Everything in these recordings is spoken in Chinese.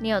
你有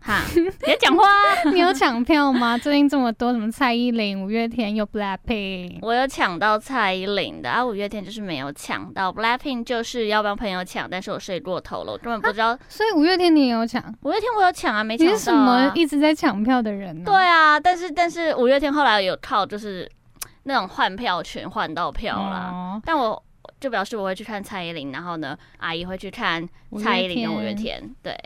哈， 别讲话， 你有抢票 吗？最近这么多什么蔡依林、五月天又 Blackpink，我有抢到蔡依林的啊，五月天就是没有抢到，Blackpink 就是要帮朋友抢，但是我睡过头了，我根本不知道所以五月天你也有抢？五月天我有抢啊，没你抢是到、什么啊。一直在抢票的人呢、对啊，但是但是五月天后来有靠就是那种换票权换到票啦，哦，但我就表示我会去看蔡依林，然后呢，阿姨会去看五月蔡依林跟五月天天，对，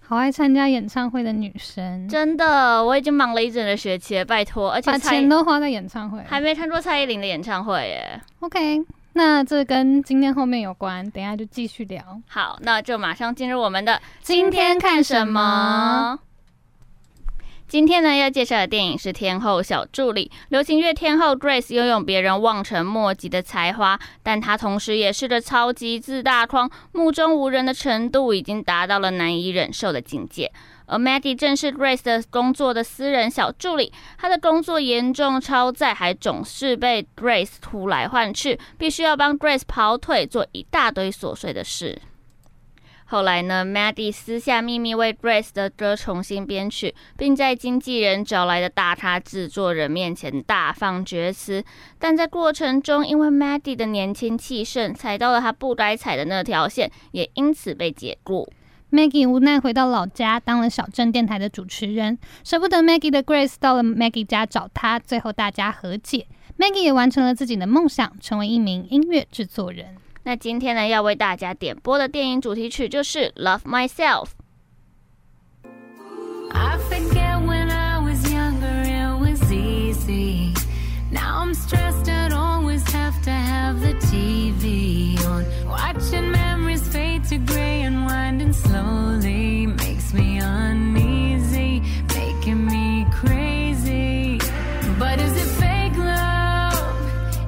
好爱参加演唱会的女生，真的我已经忙了一整个学期了，拜托，而且把蔡钱都花在演唱会。还没看过蔡依林的演唱会耶。 OK，那这跟今天后面有关，等一下就继续聊。好，那就马上进入我们的今天看什么？？今天呢，要介绍的电影是《天后小助理》。流行乐天后 Grace 拥有别人望尘莫及的才华，但她同时也是个超级自大框，目中无人的程度已经达到了难以忍受的境界。而 Maggie 正是 Grace 的工作的私人小助理，她的工作严重超载，还总是被 Grace 呼来唤去，必须要帮 Grace 跑腿，做一大堆琐碎的事。后来呢，Maddie 私下秘密为 Grace 的歌重新编曲，并在经纪人找来的大咖制作人面前大放厥词。但在过程中，因为 Maddie 的年轻气盛，踩到了她不该踩的那条线，也因此被解雇。 Maggie 无奈回到老家，当了小镇电台的主持人。舍不得 Maggie 的 Grace 到了 Maggie 家找她，最后大家和解。Maggie 也完成了自己的梦想，成为一名音乐制作人。那今天呢，要为大家点播的电影主题曲就是《Love Myself》。 I forget when I was younger, it was easy. Now I'm stressed out, always have to have the TV on. Watching memories fade to gray and winding slowly makes me uneasy, making me crazy. But is it fake love?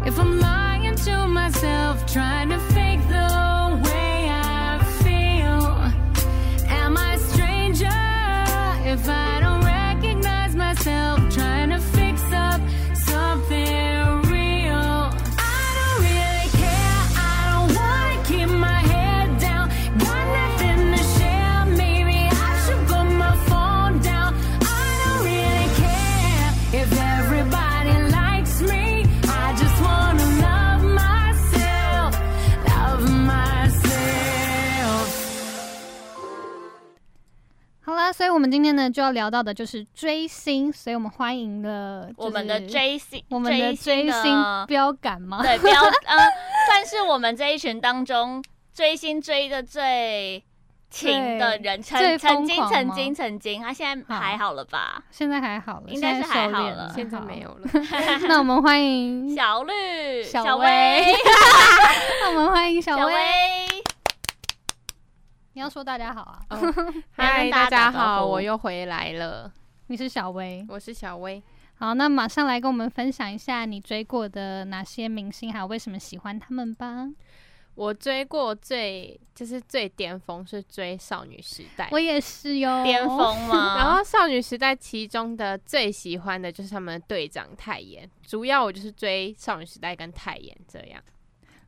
If I'm lying to myself, trying to fake the way I feel. Am I a stranger if I don't recognize myself? Trying to fix up something real. I don't really care. I don't wanna keep my head down. Got nothing to share. Maybe I should put my phone down. I don't really care if everybody likes me. I just wanna love myself. Love myself. 好啦，所以我们今天呢就要聊到的就是追星，所以我们欢迎了、就是我们的 J C，我们的追星标杆吗？ 对标，呃，算是我们这一群当中追星追的最勤的人，曾最曾疯经狂曾吗经曾经，他现在还好了吧？现在还好了，应该是现在收还好敛 了现在没有。了。好 那我们欢迎， 嗯小绿、小薇、那我们欢迎 小小薇。薇，你要说大家好啊，嗨嗨，大大家家好好，我又回来了，你是小薇。我是小薇。好，那马上来跟我们分享一下你追过的哪些明星，还有为什么喜欢他们吧。我追过最就是最巅峰是追少女时代，我也是哟，哎巅。峰 吗？然后少女时代其中的最喜欢的就是他们的队长泰妍，主要我就是追少女时代跟泰妍这样。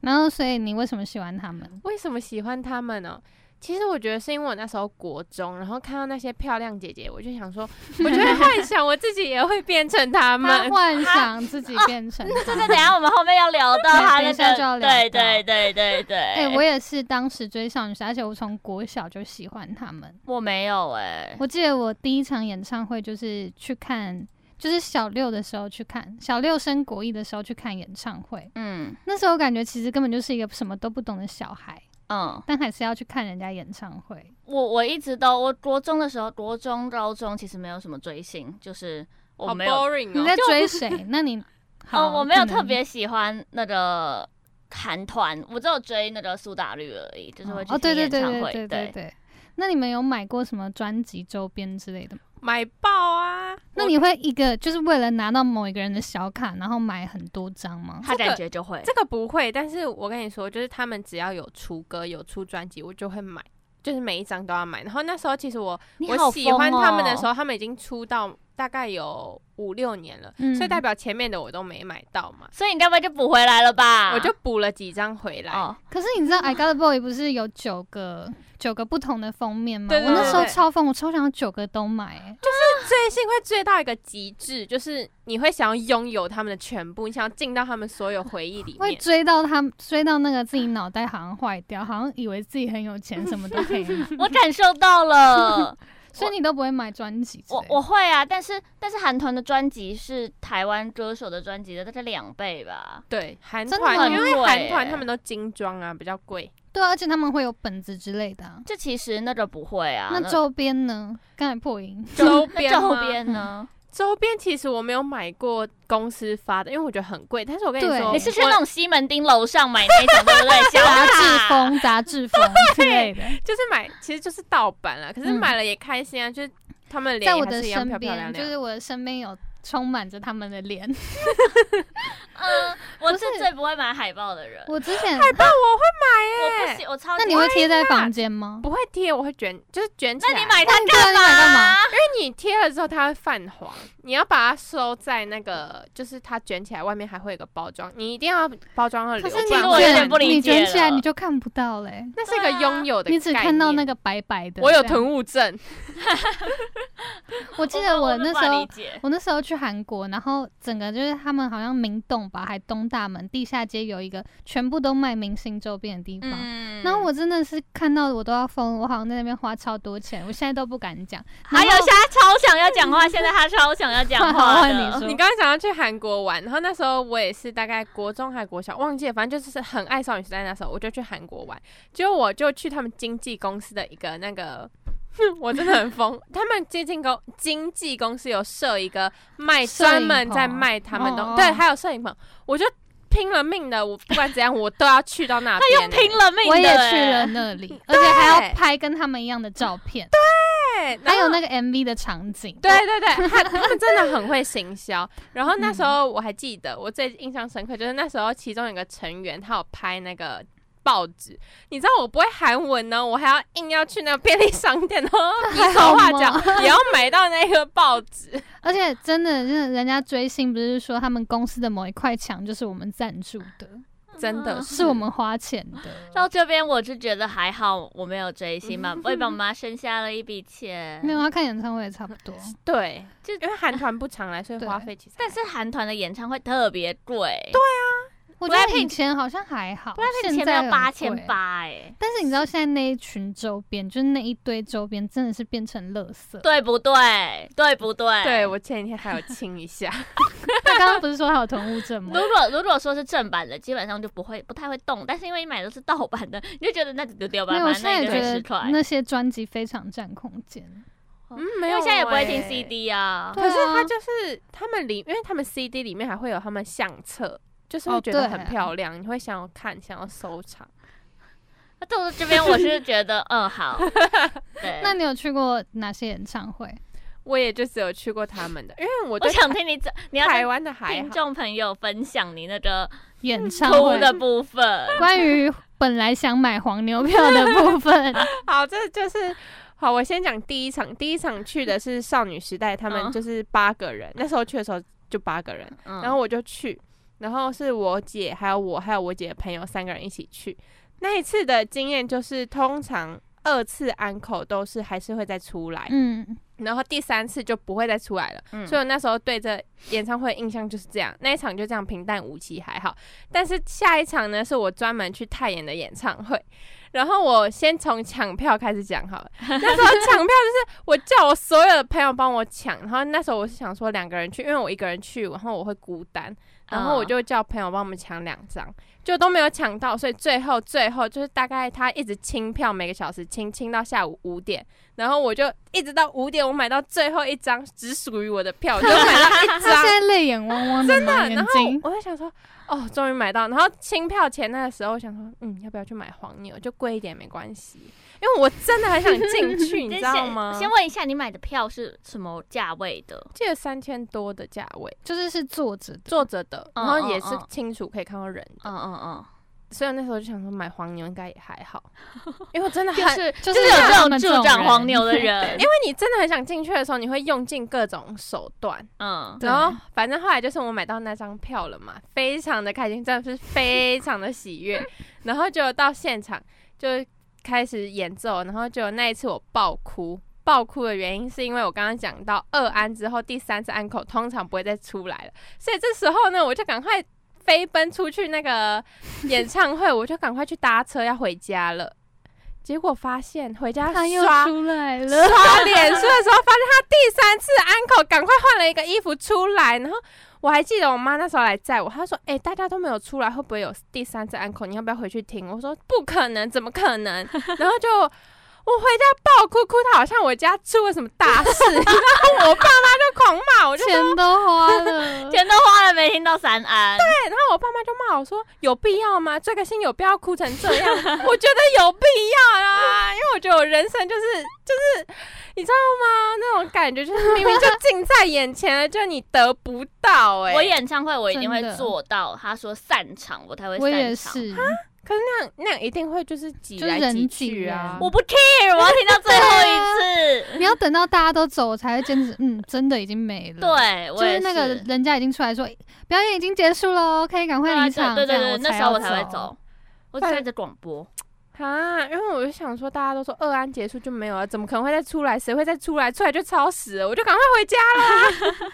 然后，所以你为什么喜欢他们？为什么喜欢他们呢、其实我觉得是因为我那时候国中，然后看到那些漂亮姐姐，我就想说，我就会幻想我自己也会变成她 他们。幻想自己变成他。哦这个等一下我们后面要聊到他等那一下就要个，聊到对对对对对。哎、我也是当时追少女时代，而且我从国小就喜欢他们。我没有哎，我记得我第一场演唱会就是去看就是小六的时候去看，小六升国一的时候去看演唱会。嗯那时候感觉其实根本就是一个什么都不懂的小孩，嗯，但还是要去看人家演唱会。我我一直都，我国中的时候，国中、高中其实没有什么追星，就是我好没有， boring 你哦在。追谁？那你好，哦，我没有可能特别喜欢那个韩团，我只有追那个苏打绿而已，就是会去哦，听对对演对唱对会，对对对。那你们有买过什么专辑周边之类的吗？买爆啊！那你会一个就是为了拿到某一个人的小卡，然后买很多张吗？他这感个觉就会我。这个不会，但是我跟你说，就是他们只要有出歌、有出专辑，我就会买，就是每一张都要买。然后那时候其实我、你好我喜欢疯哦他们的时候，他们已经出道大概有五六年了，嗯所以代表前面的我都没买到嘛，所以你该不会就补回来了吧？我就补了几张回来。啊哦，可是你知道《I Got a Boy》不是有九个九个不同的封面吗？对对我那时候对超疯，我超想要九个都买、欸追星会追到一个极致，就是你会想要拥有他们的全部，你想要进到他们所有回忆里会面。追到他，追到那个自己脑袋好像坏掉，好像以为自己很有钱，什么都可以买， 我感受到了。所以你都不会买专辑之类我的。我会啊，但是但是韩团的专辑是台湾歌手的专辑的大概两倍吧。对，韩真的很团因为贵韩耶团他们都精装啊，比较贵。对啊，而且他们会有本子之类的啊、这其实那个不会啊，那周边呢？刚才破音，周 那边周吗边呢？周边其实我没有买过公司发的，因为我觉得很贵。但是我跟你对说，你是去哦我那种西门町楼上买那种，对 不对？小卡杂志风，杂志风之类的。就是买，其实就是盗版啦。可是嗯买了也开心啊，就是他们的在脸我还的是一样身漂漂亮边，亮。就是我的身边有充满着他们的脸。嗯，我不是是最不会买海报的人，我我之前，不喜，我超级。那你会贴在房间吗？不会贴，我会卷，就是卷起那来。你买它那你干对啊你买干嘛？因为你贴了之后它会泛黄，你要把它收在那个，就是它卷起来外面还会有个包装，你一定要包装要可留。是你不然我会有点很卷不理解你卷起来了你就看不到嘞、那是一个拥有的概念，你只看到那个白白的。我有这样囤物症，我记得我无那法时候理，解我那时候去韩国，然后整个就是他们好像明洞吧，还东大门地下街有一个全部都卖明星周边的地方。嗯然后我真的是看到我都要疯了，我好像在那边花超多钱，我现在都不敢讲。还有然后他超想要讲话，现在他超想要讲好话换的你说哦你刚刚想要去韩国玩，然后那时候我也是大概国中还国小，忘记了，反正就是很爱少女时代。那时候我就去韩国玩，结果我就去他们经纪公司的一个那个，我真的很疯。他们经纪公经纪公司有设一个卖摄影专门在棚卖他们的，哦对，还有摄影棚，我就拼了命的，我不管怎样我都要去到那边、他用拼。了命的，我也欸去了，那里，而且还要拍跟他们一样的照片，对，啊还然后有那个 MV 的场景。 对对对，他他们真的很会行销。然后那时候我还记得，我最印象深刻就是那时候其中有个成员，他有拍那个。报纸，你知道我不会韩文呢，我还要硬要去那个便利商店，然后比手画还好脚，也要买到那个报纸。而且真的，就是人家追星不是说他们公司的某一块墙就是我们赞助的，嗯真的是我们花钱的，到这边我就觉得还好，我没有追星嘛，我也帮我妈省下了一笔钱。 没有要看演唱会也差不多。嗯对，就因为韩团不常来，所以对花费其实还好。但是韩团的演唱会特别贵，我觉得 Blackpink- 以前好像还好，不然那个现前在面要很贵八千。八哎，但是你知道现在那一群周边，就是那一堆周边，真的是变成垃圾。对不对？对不对？对我前几天还有亲一下，他刚刚不是说他有囤物症吗如？果如果说是正版的，基本上就不会不太会动，但是因为你买的是盗版的，你就觉得那就丢掉吧，没有，我反现在正也那觉也就十得块。那些专辑非常占空间。嗯，没因有、为现在也不会听欸 CD 啊，对可是啊它就是他们里，因为他们 CD 里面还会有他们相册，就是哦会觉得对很漂亮，你会想要看，想要收藏。那到这边我是觉得，嗯，好，对，那你有去过哪些演唱会？我也就只有去过他们的，因为我我对想听你怎，你要台跟湾的还听好，众朋友分享你那个演唱哭会嗯的部分。关于本来想买黄牛票的 部分，好，这就是好。我先讲第一场，第一场去的是少女时代，他嗯们就是八个人，那时候去的时候就八个人，嗯然后我就去，然后是我姐还有我还有我姐的朋友三个人一起去。那一次的经验就是，通常二次安口都是还是会再出来，嗯，然后第三次就不会再出来了。嗯所以我那时候对这演唱会的印象就是这样，那一场就这样平淡无奇还好。但是下一场呢，是我专门去泰妍的演唱会。然后我先从抢票开始讲好了。那时候抢票就是我叫我所有的朋友帮我抢，然后那时候我是想说两个人去，因为我一个人去，然后我会孤单，然后我就叫朋友帮我们抢两张，就都没有抢到，所以最后最后就是大概他一直清票，每个小时清清到下午五点，然后我就一直到五点，我买到最后一张只属于我的票，我就买到啊 一他张现。在泪眼汪汪的吗，眼然后睛。我就想说，哦，终于买到。然后清票前那个时候，我想说，嗯，要不要去买黄牛？就贵一点没关系，因为我真的很想进去，你知道吗？先问一下，你买的票是什么价位的？记得三千多的价位，就是是坐着的，坐着的，然嗯后也是嗯嗯清楚可以看到人。嗯嗯所以我那时候就想说，买黄牛应该也还好，因为我真的嗯，很，就因是就就是是有像他这们种这种助长黄牛的人人，为你真的很想进去的时候，你会用尽各种手段。嗯，对然后反正后来就是我买到那张票了嘛，非常的开心，真的是非常的喜 悦。然后就到现场就开始演奏，然后就那一次我爆哭。爆哭的原因是因为我刚刚讲到二安之后，第三次安口通常不会再出来了，所以这时候呢，我就赶快飞奔出去那个演唱会，我就赶快去搭车要回家了。结果发现回 家他又刷出来了。刷脸书的时候，发现他第三次安口赶快换了一个衣服出来，然后我还记得我妈那时候来载我，她说：“哎、大家都没有出来，会不会有第三次安口？你要不要回去听？”我说：“不可能，怎么可能？” 然后就我回家爆哭，哭的好像我家出了什么大事，然后我爸妈就狂骂，我就说钱都花 了，钱都花了，没听到三安，对，然后我爸妈就骂我说：“有必要吗？追个星有必要哭成这样？” 我觉得有必要啦，因为我觉得我人生就是就是，你知道吗？那种感觉就是明明就近在眼前了，就你得不到哎、我演唱会我一定会真的做到，他说散场我才会我也散场。是，可是那样那样一定会就是挤就是来人挤挤去啊人。我不 care，我要听到最后一次。你要等到大家都走，我才会坚持。嗯，真的已经没了。，对，就我也是那个人家已经出来说表演已经结束喽，可以赶快离场。对对这对样对，那时候我我才要会走。。我带着广播，啊，因为我就想说，大家都说二安结束就没有了，怎么可能会再出来？谁会再出来？出来就超时了，我就赶快回家了。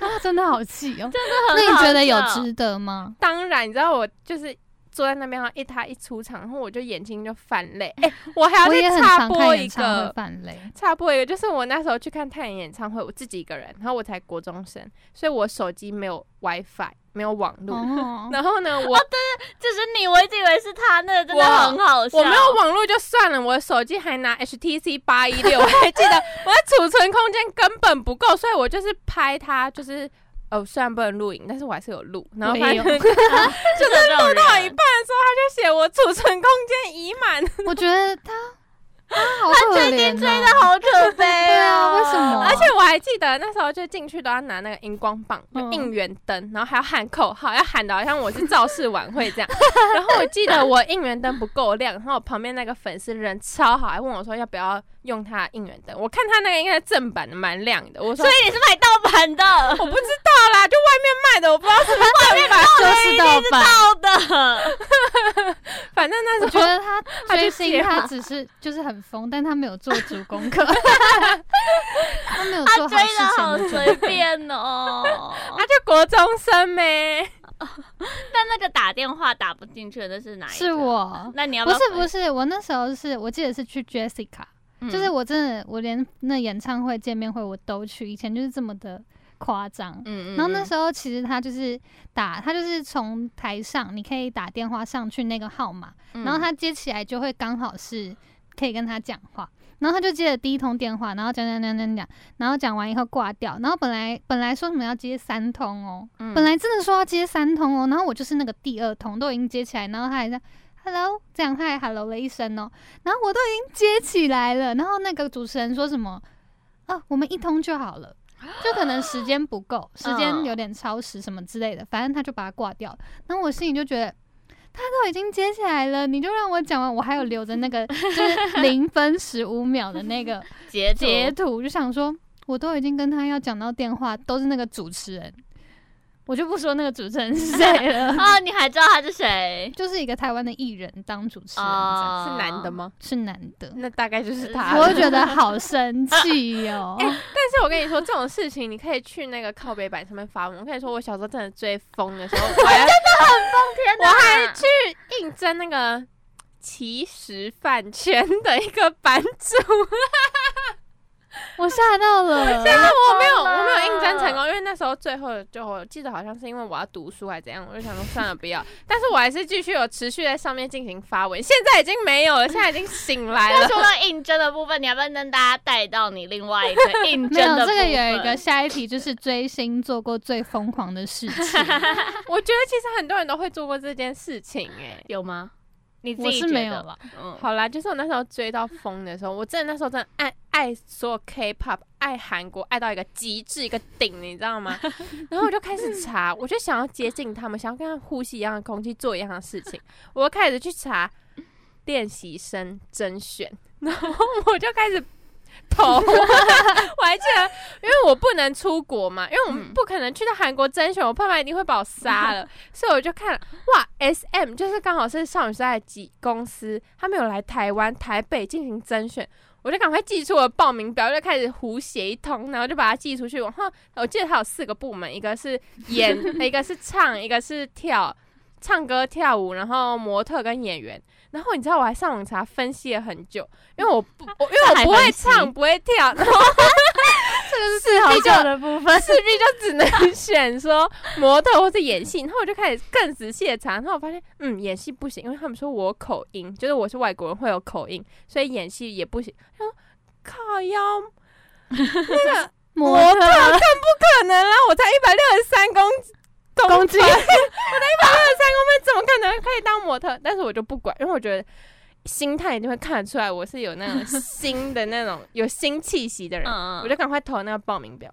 啊，真的好气哦。那那你觉得有值得吗？当然，你知道我就是坐在那边，然后一他一出场，然后我就眼睛就泛泪。哎、我还要我也很再插常播看一演唱会个，泛泪，插播一个，就是我那时候去看泰妍演唱会，我自己一个人，然后我才国中生，所以我手机没有 WiFi，没有网络。 哦，然后呢，我、就是你，我一直以为是他，那个真的我很好笑。我没有网络就算了，我的手机还拿 HTC 八 一六，我还记得我的储存空间根本不够，所以我就是拍它，就是呃，虽然不能录影，但是我还是有录，然后我也反有正就是录到一半的时候，他就写我储存空间已满。我觉得他他好可怜哦。好可悲对啊，为什么？而且我还记得那时候就进去都要拿那个荧光棒，就嗯应援灯，然后还要喊口号，要喊的好像我是造势晚会这 样。然后我记得我应援灯不够亮，然后我旁边那个粉丝人超好，还问我说要不要用他的应援灯。我看他那个应该是正版的，蛮亮的。我说所以你是买盗版的，我不知道啦，就外面卖的，我不知道是不是正版。就是盗版。盗的。反正那 我时觉候得他他追就星，接他话只是就是很疯，但他没有做足功 课，他没有他做追的好好事情随便哦，他啊就国中生呗。但那个打电话打不进去的那是哪一那个？种。是，我，那你要哦不要是不是，我那时候是我记得是去 Jessica，嗯就是我真的我连那演唱会、见面会我都去，以前就是这么的夸张。嗯嗯然后那候时候其实他就是打，他就是从台上你可以打电话上去那个号码，嗯然后他接起来就会刚好是可以跟他讲话，然后他就接了第一通电话，然后讲讲讲讲讲，然后讲完以后挂掉，然后本来本来说什么要接三通哦，嗯本来真的说要接三通哦，然后我就是那个第二通都已经接起来，然后他还在 hello 这样，他还 hello 了一声哦，然后我都已经接起来了，然后那个主持人说什么哦，我们一通就好了。就可能时间不 够，时间嗯有点超时什么之类的，反正他就把它挂掉了。然后我心里就觉得，他都已经接起来了，你就让我讲完，我还有留着那 个就是零分十五秒的 那个截截截图，就想说我都已经跟他要讲到电话，都是那个主持人，我就不说那个主持人 是谁了，哦，你还知道他是谁？就是一个台湾的艺人当主持人这哦，样，是男的？吗？是男的，那大概就是他。我会觉得好生气哦。但是我跟你说，这种事情你可以去那个靠北版上面发文。我跟你说，我小时候真的最疯的时 候，我还天我哪！还去应征那个奇食饭圈的一个版 主，我吓到了，但是我没有疯了我没有应征成功，因为那时候最后就我记得好像是因为我要读书还是怎样，我就想说算了不要，但是我还是继续有持续在上面进行发文，现在已经没有了，现在已经醒 来那了。除了应征的部分，你要不要跟大家带到你另外一 个应没征有的部这分？个有一个下一题就是追星做过最疯狂的事情，我觉得其实很多人都会做过这件事情、哎。有吗？你自我己是觉没有得了。嗯，好啦，就是我那时候追到疯的时候，我真的那时候真的爱爱所有 K-pop，爱韩国，爱到一个极致一个顶，你知道吗？然后我就开始查，我就想要接近他们，想要跟他们呼吸一样的空气，做一样的事情，我就开始去查练习生甄选，然后我就开始。投， 我还记得，因为我不能出国嘛，因为我们不可能去到韩国甄选，我爸妈一定会把我杀了，所以我就看哇，S M 就是刚好是少女时代的几公司，他们有来台湾台北进行甄选，我就赶快寄出我的报名表，就开始胡写一通，然后就把它寄出去。然后我记得它有四个部门，一个是 演，一个是唱，一个是跳，唱歌跳舞，然后模特跟演员。然后你知道我还上网查分析了很久，因为我不，我因为这我不还会分析唱，不会跳，然后 这个是四好好笑的部分，势必就只能选说模特或是演戏，然后我就开始更仔细的查，然后我发现，嗯，演戏不行，因为他们说我有口音，就是我是外国人会有口音，所以演戏也不行。然后靠腰，模模特可能啦，我才一百六十三公公 斤，我才一百六十三公分，怎么可能可以当模特？但是我就不管，因为我觉得。心态一定会看得出来，我是有那种新的那种有新气息的人，嗯我就赶快投那个报名表。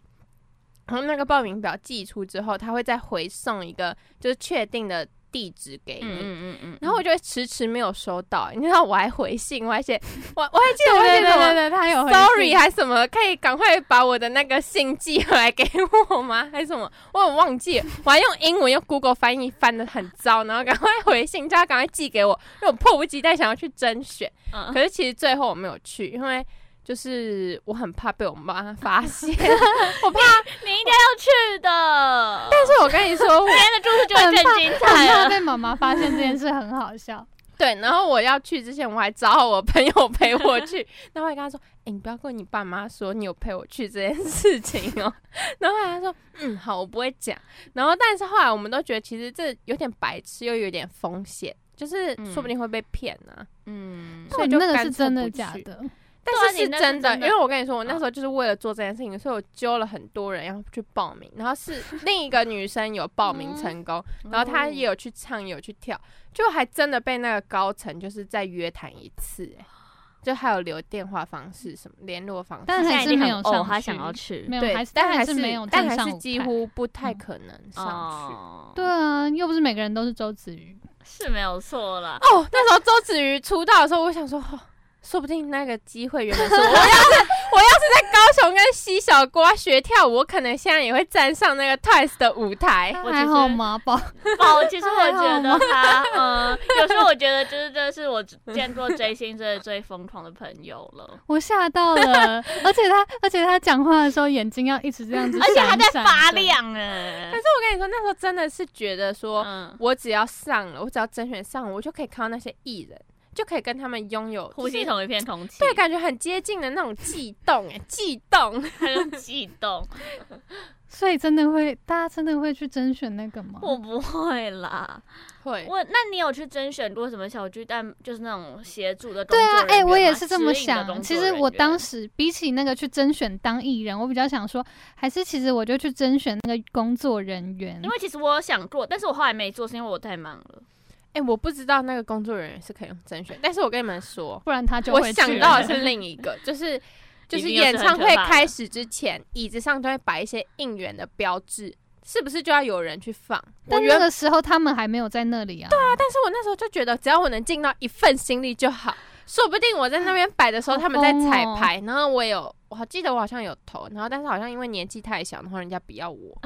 然后那个报名表寄出之后，他会再回送一个就是确定的地址给你。嗯嗯嗯嗯，然后我就会迟迟没有收到，你知道我还回信，我还写我我还记对得我还对写什么对对，他有回信 sorry 还什么，可以赶快把我的那个信寄回来给我吗？还是什么？我有忘记了， 我还用英文用 Google 翻译翻的很糟，然后赶快回信，叫他赶快寄给我，因为我迫不及待想要去甄选。嗯可是其实最后我没有去，因为就是我很怕被我妈发现，我怕。你应该要去的。但但是我跟你说，我今天的故事就会更精很彩怕了。被妈妈发现这件事，很好笑。 对，然后我要去之前，我还找我朋友陪我去，然后我还跟他说：“哎、你不要跟你爸妈说你有陪我去这件事情哦。”然后后来他说：“嗯，好，我不会讲。”然后但是后来我们都觉得其实这有点白痴，又有点风险，就是说不定会被骗呢、嗯，所以就那个干是脆真的不假去的？但对啊是你是那是真的，真的嗯因为我跟你说，我那时候就是为了做这件事情，所以我揪了很多人要去报名，然后是另一个女生有报嗯名成功，然后她也哦有去唱，也有去跳，就还真的被那个高层就是再约谈一次、欸，就还有留电话方式什么联络方式，但现还在已是经没很有上哦，去他想要去，没有，对还是，但还是没有但站还上是舞几台嗯乎不太可能上去。哦，对啊，又不是每个人都是周子瑜。是没有错啦。哦，那时候周子瑜出道的时候，我想说，哦、说不定那个机会原本是我我要是我要是在高雄跟西小瓜学跳舞，我可能现在也会站上那个 Twice 的舞台。我还其好实吗？宝， 哦，其实我觉得他，嗯，有时候我觉得就是这是我见过追星真的最疯狂的朋友 了，我吓到了，而且他，而且他讲话的时候眼睛要一直这样子而且闪闪的，他在发亮哎可 是。我跟你说，那时候真的是觉得说，嗯，我只要上了，我只要甄选上了，我就可以看到那些艺人，就可以跟他们拥有呼吸就是同一片空气，对，感觉很接近的那种悸 动，哎，悸动。他就激动。所以真的会，大家真的会去甄选那个吗？我不会啦，会，我那你有去甄选过什么小巨蛋，就是那种协助的工对作啊，人员吗？哎、我也是这么指引的想。工其作实人我员当时比起那个去甄选当艺人，我比较想说，还是其实我就去甄选那个工作人员因。为其实我有想过，但是我后来没做，是因为我太忙了。哎，我不知道那个工作人员是可以用甄选，但是我跟你们说，不然他就我会去想到了的是另一个， 就是就一是定又是演唱很可会怕的开始之前，椅子上都会摆一些应援的标志，是不是就要有人去放？我但原那个时候他们还没有在那里啊。对啊，但是我那时候就觉得，只要我能尽到一份心力就好。说不定我在那边摆的时候，好他们在疯彩哦排，然 后我有，我好记得我好像有投，然后但是好像因为年纪太小，然后人家不要我。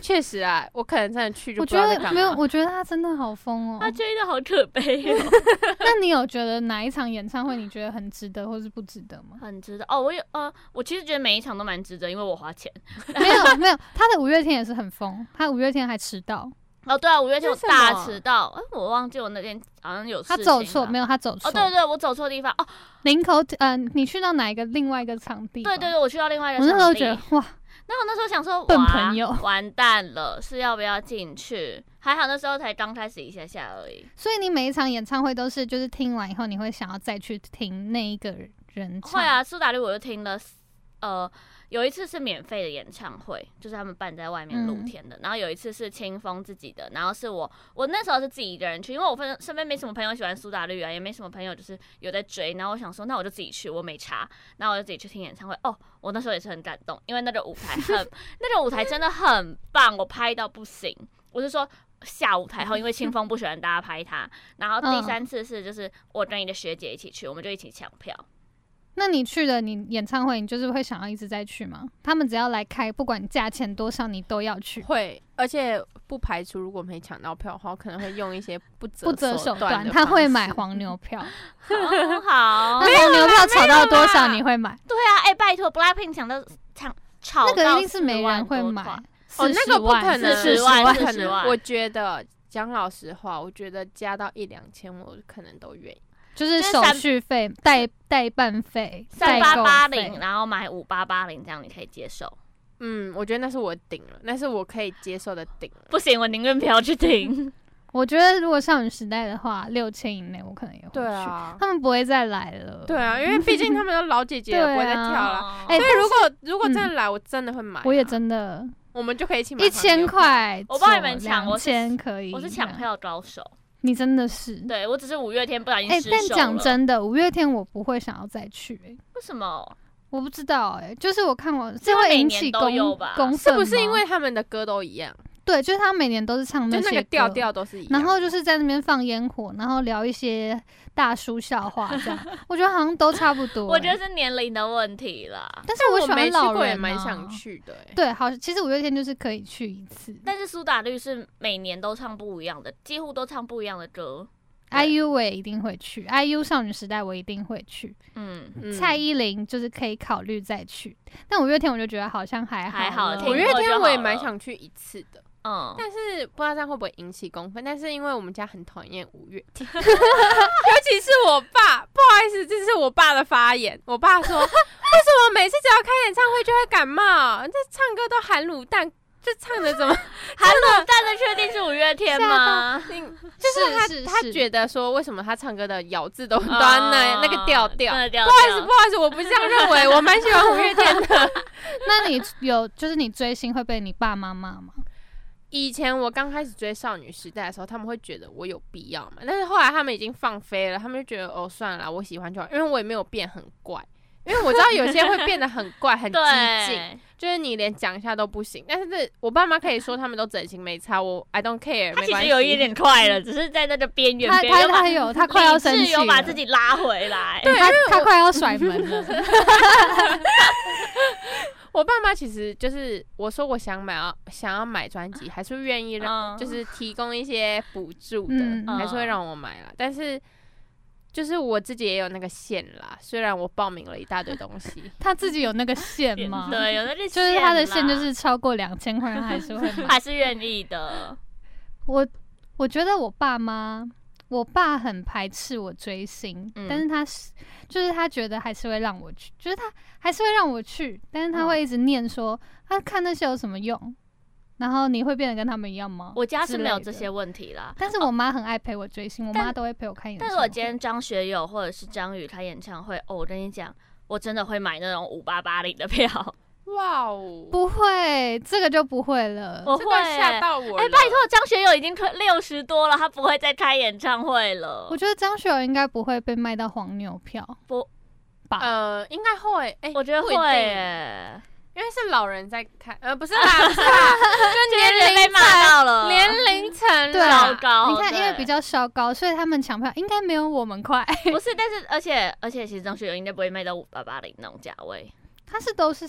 确实啊，我可能真的去就我不知觉道在得干没有，嘛。我觉得他真的好疯哦。他追的好可悲哦。？那你有觉得哪一场演唱会你觉得很值得，或是不值得吗 很值得哦，我有呃，我其实觉得每一场都蛮值得，因为我花钱。没有，没有，他的五月天也是很疯，他五月天还迟到，哦，对啊，五月天我为什么大迟到，哎，我忘记我那天好像有事他情走错，吧没有，他走错。哦，对对，我走错地方。哦，林口，嗯、你去到哪一个另外一个场地？对对，对，我去到另外一个我那场时候地觉得哇，那我那时候想说，笨哇朋友完蛋了，是要不要进去？还好那时候才刚开始一下下而已，所以你每一场演唱会都是，就是听完以后你会想要再去听那一个人唱。会，啊，苏打绿我就听了，呃，有一次是免费的演唱会，就是他们办在外面露嗯天的，然后有一次是清风自己的，然后是我我那时候是自己一个人去，因为我分身边没什么朋友喜欢苏打绿啊，也没什么朋友就是有在追，然后我想说那我就自己去，我没查，然后我就自己去听演唱会。哦，我那时候也是很感动，因为那个舞台 很那个舞台真的很棒，我拍到不行。我是说下舞台后，因为清风不喜欢大家拍他，然后嗯第三次是就是我跟一个学姐一起去，我们就一起抢票。那你去了你演唱会，你就是会想要一直再去吗？他们只要来开，不管价钱多少，你都要去。会，而且不排除如果没抢到票的话，我可能会用一些不择不择手段段，的他会方买式哦黄牛票，好好，那 黄牛票炒到多少没有啦你会买？对啊，哎、拜托，BLACKPINK 抢到抢炒那到个一定是没40万人会多买块，哦， 40那个不万可能， 40 40万不40可能。万我觉得讲老实话，我觉得加到一两千，我可能都愿意。就是就是手三续费、代代办费、三代八购八费零，然后买五八八零，这样你可以接受？嗯，我觉得那是我顶了，那是我可以接受的顶了。不行，我宁愿不要去听。 我觉得如果少女时代的话，六千以内我可能也会去。对啊，他们不会再来了。 对啊，因为毕竟他们都老姐姐了，对啊不会再 跳了。哦哎所以如果如果嗯真的来，我真的会买啊。我也真的，我们就可以一起买一黄牛千票。 块，我帮你们抢我两是千可以，我是抢，票高手，你真的是。对我只是五月天不小心哎、失手但了。讲真的，五月天我不会想要再去、哎，为什么？我不知道、哎，就是我看我因这为会每引年起都公有吧公是愤不是吗因为他们的歌都一样，对，就是他每年都是唱就那些个调歌调都是一样？然后就是在那边放烟火，然后聊一些大叔笑话，这样我觉得好像都差不多、我觉得哎，是年龄的问题啦。但是但喜欢没去老人、过啊，也蛮想。去的欸。对，好，其实五月天就是可以去一次。但是苏打绿是每年都唱不一样的，几乎都唱不一样的歌。 IU 我也一定会去，IU 少女时代我一定会去，嗯，嗯蔡依林就是可以考虑再去。但五月天我就觉得好像还好了，还好听五月过就天我也好蛮了想去一次的。嗯，但是不知道这样会不会引起公愤，但是因为我们家很讨厌五月 天，尤其是我爸，不好意思，这是我爸的发言。我爸说，为什么每次只要开演唱会就会感冒？这唱歌都含卤蛋，这唱的 怎么？韩冷淡的确定是五月天吗？就是他是他是觉得说，为什么他唱歌的咬字都很端呢？那个调调。那个啊调不好意思，调不。好意思，我不是这样认为，我蛮喜欢五月天的。那你有就是你追星会被你爸妈骂吗？以前我刚开始追少女时代的时候，他们会觉得我有必要嘛？但是后来他们已经放飞了，他们就觉得哦算了啦，我喜欢就好，因为我也没有变很怪。因为我知道有些会变得很怪、很激进，对，就是你连讲一下都不行。但是这我爸妈可以说他们都整形没差，我 I don't care，他没其关实系。有一点快了， 只是在那个边缘，他边他缘他有他快要生理智气有把了，自己拉回来。他他快要甩门了。我爸妈其实就是我说我想买啊，想要买专辑，还是愿意让、嗯，就是提供一些补助的，嗯还是会让我买啦。但是就是我自己也有那个线啦，虽然我报名了一大堆东西，他自己有那个线吗？，嗯对，有那就就是他的线线啦就是超过两千块，他还是会买。还是愿意的。我我觉得我爸妈，我爸很排斥我追星，嗯但是他是就是他觉得还是会让我去，就是他还是会让我去，但是他嗯会一直念说、他看那些有什么用，然后你会变得跟他们一样吗？我家是没有这之类些的。问题啦。但是我妈很爱陪我追星，我但妈都会陪我看演唱但是会。我今天张学友或者是张宇开演唱会，哦，我跟你讲，我真的会买那种五八八零的票， 哇哦，不会，这个就不会了。我会这段吓欸到我哎、了拜托，张学友已经六十多了，他不会再开演唱会了我。觉得张学友应该不会被卖到黄牛票，呃，应该会，哎、我觉得不会、一定欸，因为是老人在看，呃，不是啦，不是啦， 就人年被龄骂层，到了，年龄层对啊啦糟糕。你看，因为哦对 比较稍高，所以他们抢票应该没有我们快。不是，但是而且而且，其实张学友应该不会卖到五八八零那种价位。他是都是，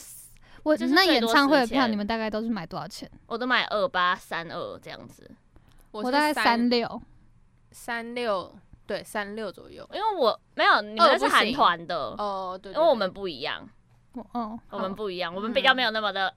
我这是嗯那最演多唱会的1000票，你们大概都是买多少钱？我都买二八三二这样子，我我是大概三三六，三六，对，三六左右。因为我没有你们那哦是不行韩团的，哦，对，因对为我们不一样，我哦，我们好不一样，我们嗯比较没有那么的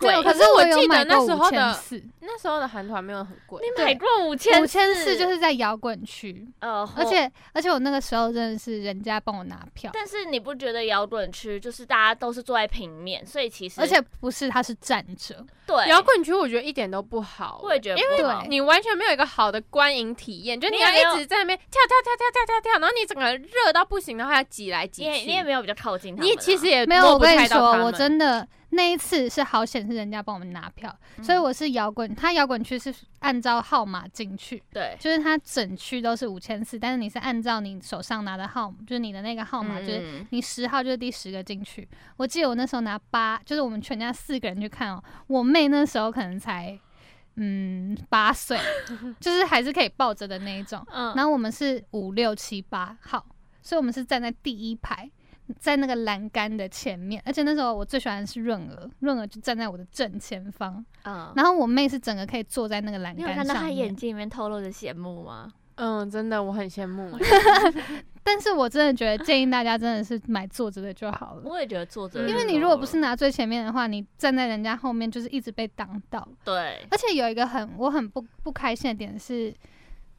对贵。可可是我有记得买那过时五候千的四，对那时候的韩团没有很贵，你对买过五千嗯五千四就是在摇滚区，呃，而哦且而且我那个时候真的是人家帮我拿票，但是你不觉得摇滚区就是大家都是坐在平面，所以其实而且不是他是站着，对摇滚区我觉得一点都不好，我也觉得因不对好为你完全没有一个好的观影体验，就你你也没有要一直在那边跳跳跳跳跳跳跳，然后你整个热到不行，然后还要挤来挤你也去，你也没有比较靠近他们啊你其实也没有，我摸不跟你太到他说，们我真的那一次是好险是人家帮我们拿票，所以嗯我是摇滚，他摇滚区是按照号码进去，对就是它整区都是五千四，但是你是按照你手上拿的号，就是你的那个号码，就是嗯你十号就是第十个进去。我记得我那时候拿八，就是我们全家四个人去看哦，我妹那时候可能才嗯 八岁，就是还是可以抱着的那一种。嗯然后我们是五六七八号，所以我们是站在第一排，在那个栏杆的前面。而且那时候我最喜欢的是润儿，润儿就站在我的正前方，嗯，然后我妹是整个可以坐在那个栏你有杆看到上他眼面。睛里面透露着羡慕吗？嗯，真的我很羡慕欸。但是我真的觉得建议大家真的是买坐着的就好了。我也觉得坐着，嗯因为你如果不是拿最前面的话，你站在人家后面就是一直被挡到。对而且有一个很我很不不开心的点是，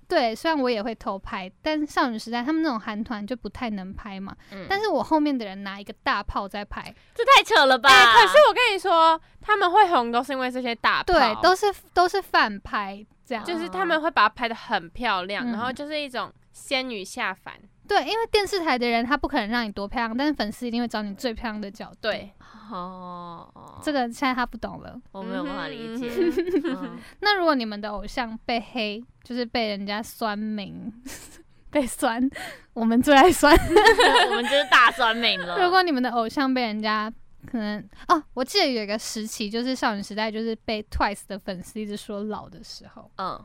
对，虽然我也会偷拍，但少女时代他们那种韩团就不太能拍嘛。嗯但是我后面的人拿一个大炮在拍，这太扯了吧？哎、可是我跟你说，他们会红都是因为这些大炮，对，都是都是反拍这样。就是他们会把它拍的很漂亮，嗯然后就是一种仙女下凡，对，因为电视台的人他不可能让你多漂亮，但是粉丝一定会找你最漂亮的角度。对，哦，这个现在他不懂了。我没有办法理解。嗯哼嗯那如果你们的偶像被黑，就是被人家酸民， 被酸，我们最爱酸。嗯 我们就是大酸民嗯了。如果你们的偶像被人家可能哦，我记得有一个时期，就是少女时代，就是被 Twice 的粉丝一直说老的时候，嗯，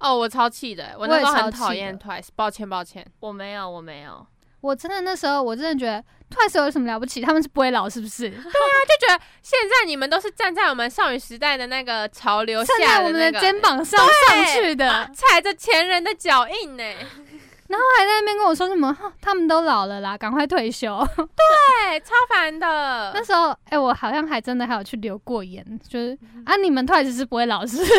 哦，我超气的，我我那时候也超很气讨厌的 Twice，抱歉抱歉，我没有，我没有。我真的那时候我真的觉得 Twice 有什么了不起，他们是不会老是不是？就觉得现在你们都是站在我们少女时代的那个潮流下站在我们那的个肩膀上上去的，然 踩着前人的脚印呢、后还在那边跟我说什么，哼他们都老了啦，赶快退 休。对，超烦的那。时候哎、我好像还真的还有去留过言，就是嗯啊，你们 Twice 是不会老是不是？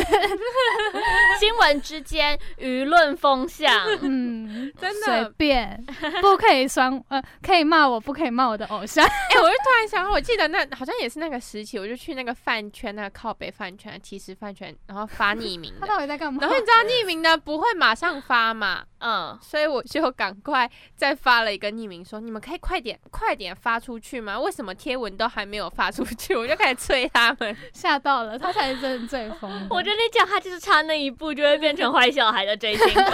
新闻之间，舆论风 向，嗯，真的随便，不可以酸，呃，可以骂我，不可以骂我的偶 像。哎、我就突然想到，我记得那好像也是那个时期，我就去那个饭圈，那个靠北饭圈、其实饭圈，然后发匿名他 的。到底在干嘛？然后你知道匿名的不会马上发嘛，嗯，所以我就赶快再发了一个匿名说，你们可以快点快点发出去吗？为什么贴文都还没有发出去？ 我就开始催他们。 吓到了，他才是真的最疯的。 我跟你讲，他就是差那一步就会变成坏小孩的追星 版，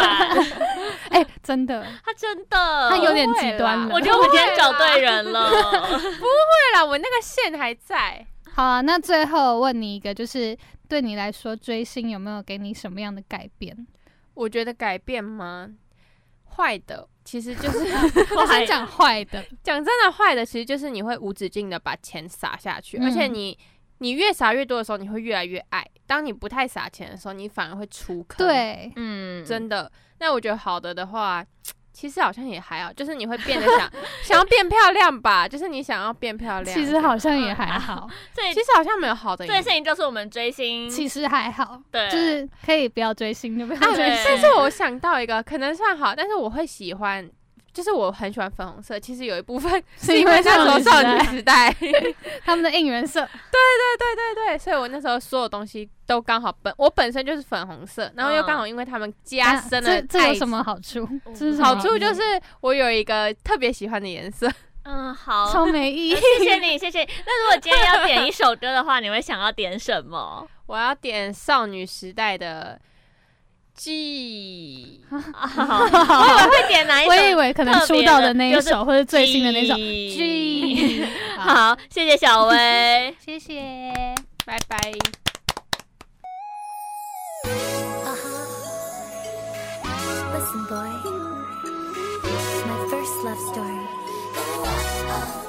哎、真的，他真的，他有点极端不嗯了会啦我。觉得我今天找对人了。对了，我那个线还在。好啊，那最后问你一个，就是对你来说，追星有没有给你什么样的改变？我觉得改变吗？坏的其实就是 我先讲坏的，讲真的，坏的其实就是你会无止境的把钱撒下去，嗯而且你你越撒越多的时候，你会越来越爱。当你不太撒钱的时候，你反而会出坑。，对，嗯，真的。那我觉得好的的话，其实好像也还好，就是你会变得 想想要变漂亮吧，就是你想要变漂亮。其实好像也还好，最其实好像没有好的一这件面。事情就是我们追星，其实还好，对就是可以不要追星就不要啊，追但星。是我想到一个，可能算好，但是我会喜欢，就是我很喜欢粉红色。其实有一部分是因为那时候少少女女时时代，对他们的应援色，啊对对对，所以我那时候所有东西都刚好本我本身就是粉红色，然后又嗯刚好因为他们啊加深了这这有爱什么好处？我这是什么好处就是我有一个特别喜欢的颜色，嗯好，超没意义。谢谢你，谢谢你。那如果今天要点一首歌的话，你会想要点什么？我要点少女时代的。G，啊好我以为会点哪一首？ 我以为可能出道的那一就是首或者最新的那首 G。 G，好好，谢谢小薇。谢谢。拜拜。 Listen, boy. My first love story.